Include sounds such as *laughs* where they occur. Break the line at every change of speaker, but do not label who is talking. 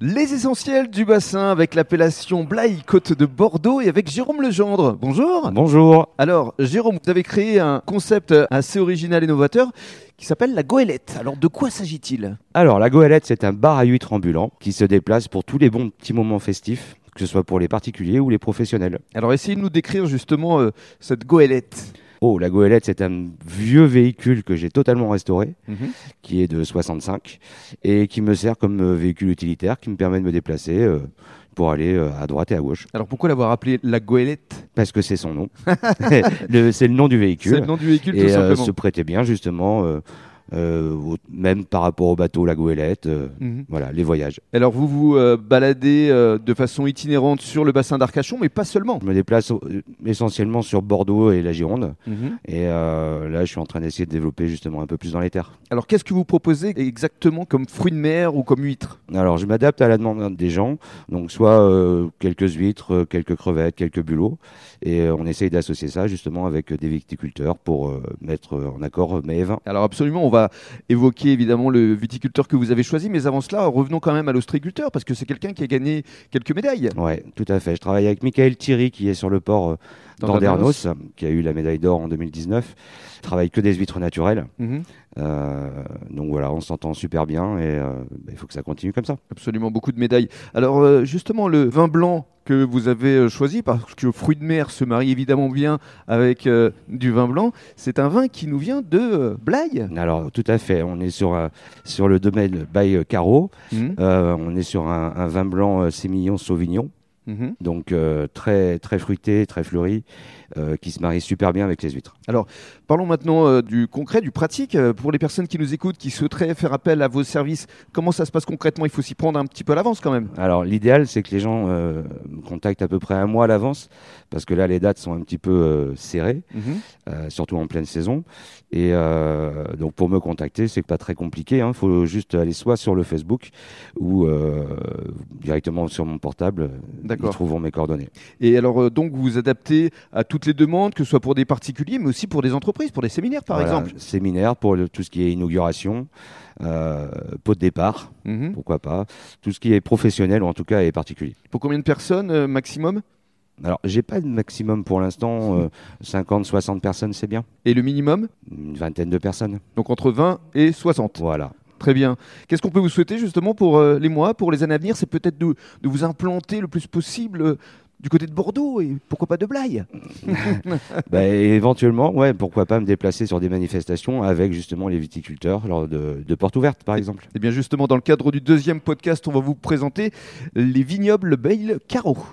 Les essentiels du bassin avec l'appellation Blaye Côte de Bordeaux et avec Jérôme Legendre. Bonjour.
Bonjour.
Alors, Jérôme, vous avez créé un concept assez original et novateur qui s'appelle la goélette. Alors, de quoi s'agit-il
Alors, la Goélette, c'est un bar à huîtres ambulant qui se déplace pour tous les bons petits moments festifs, que ce soit pour les particuliers ou les professionnels.
Alors, essayez de nous décrire justement euh, cette goélette.
Oh, la Goélette, c'est un vieux véhicule que j'ai totalement restauré, qui est de 65, et qui me sert comme euh, véhicule utilitaire, qui me permet de me déplacer euh, pour aller euh, à droite et à gauche,
Alors, pourquoi l'avoir appelée la goélette
parce que c'est son
*laughs*
nom. *laughs* Le- c'est le nom du
C'est le
véhicule.
nom du véhicule,
et
tout
euh,
simplement.
se prêtait bien, justement, euh, euh, au- même par rapport au bateau, la Goélette, euh,
Mhm.
voilà, les voyages.
Alors, vous vous euh, baladez euh, de façon itinérante sur le bassin d'Arcachon, mais pas seulement.
Je me déplace euh, essentiellement sur Bordeaux et la Gironde.
Mhm.
Et euh, là, je suis en train d'essayer de développer justement un peu plus dans les terres.
Alors, qu'est-ce que vous proposez exactement comme fruits de mer ou comme huîtres
Alors, je m'adapte à la demande des gens. Donc, soit euh, quelques huîtres, euh, quelques crevettes, quelques bulots. Et euh, on essaye d'associer ça justement avec euh, des viticulteurs pour euh, mettre euh, en accord euh, mes vins.
Alors absolument, on va évoquer évidemment le viticulteur que vous avez choisi, mais avant cela, revenons quand même à l'ostriculteur, parce que c'est quelqu'un qui a gagné quelques médailles.
Ouais, tout à fait. Je travaille avec Michael Thierry qui est sur le port euh,
Dans
d'Andernos, qui a eu la médaille d'or en 2019. Je travaille que des huîtres naturelles.
Mhm,
Euh, donc voilà, on s'entend super bien et euh, il faut que ça continue comme ça.
Absolument, beaucoup de médailles. Alors euh, justement, le vin blanc que vous avez euh, choisi, parce que fruit de mer se marie évidemment bien avec euh, du vin blanc, c'est un vin qui nous vient de euh, Blaye.
Alors tout à fait, on est sur, un- sur le domaine Baye Caro,
Mhm,
Euh, on est sur un, un vin blanc euh, sémillon sauvignon,
mhm.
donc euh, très, très fruité, très fleuri, euh, qui se marie super bien avec les huîtres.
Parlons maintenant euh, du concret, du pratique. Euh, Pour les personnes qui nous écoutent, qui souhaiteraient faire appel à vos services, comment ça se passe concrètement Il faut s'y prendre un petit peu à l'avance quand même.
Alors l'idéal c'est que les gens euh, me contactent à peu près un mois à l'avance, parce que là les dates sont un petit peu euh, serrées,
Mhm.
euh, surtout en pleine saison. Et euh, donc pour me contacter c'est pas très compliqué, il faut juste aller soit sur le Facebook ou euh, directement sur mon portable, ils
D'accord.
trouveront mes coordonnées.
Et alors, euh, donc, vous vous adaptez à toutes les demandes, que ce soit pour des particuliers, mais aussi pour des entreprises, pour des séminaires, par
Voilà,
exemple.
Séminaire pour le- tout ce qui est inauguration, euh, pot de départ,
Mhm.
pourquoi pas. Tout ce qui est professionnel ou en tout cas est particulier.
Pour combien de personnes euh, maximum
Alors, j'ai pas de maximum pour l'instant. euh, 50, 60 personnes, c'est bien.
Et le minimum
Une vingtaine de personnes.
Donc, entre 20 et 60. *laughs*
Voilà.
Très bien. Qu'est-ce qu'on peut vous souhaiter, justement, pour euh, les mois, pour les années à venir C'est peut-être de, de vous implanter le plus possible euh, du côté de Bordeaux et pourquoi pas de Blaye
Bah, éventuellement, ouais, pourquoi pas me déplacer sur des manifestations avec justement les viticulteurs lors de, de portes ouvertes, par exemple.
Eh bien, justement, dans le cadre du deuxième podcast, on va vous présenter les vignobles Bayle Carreau.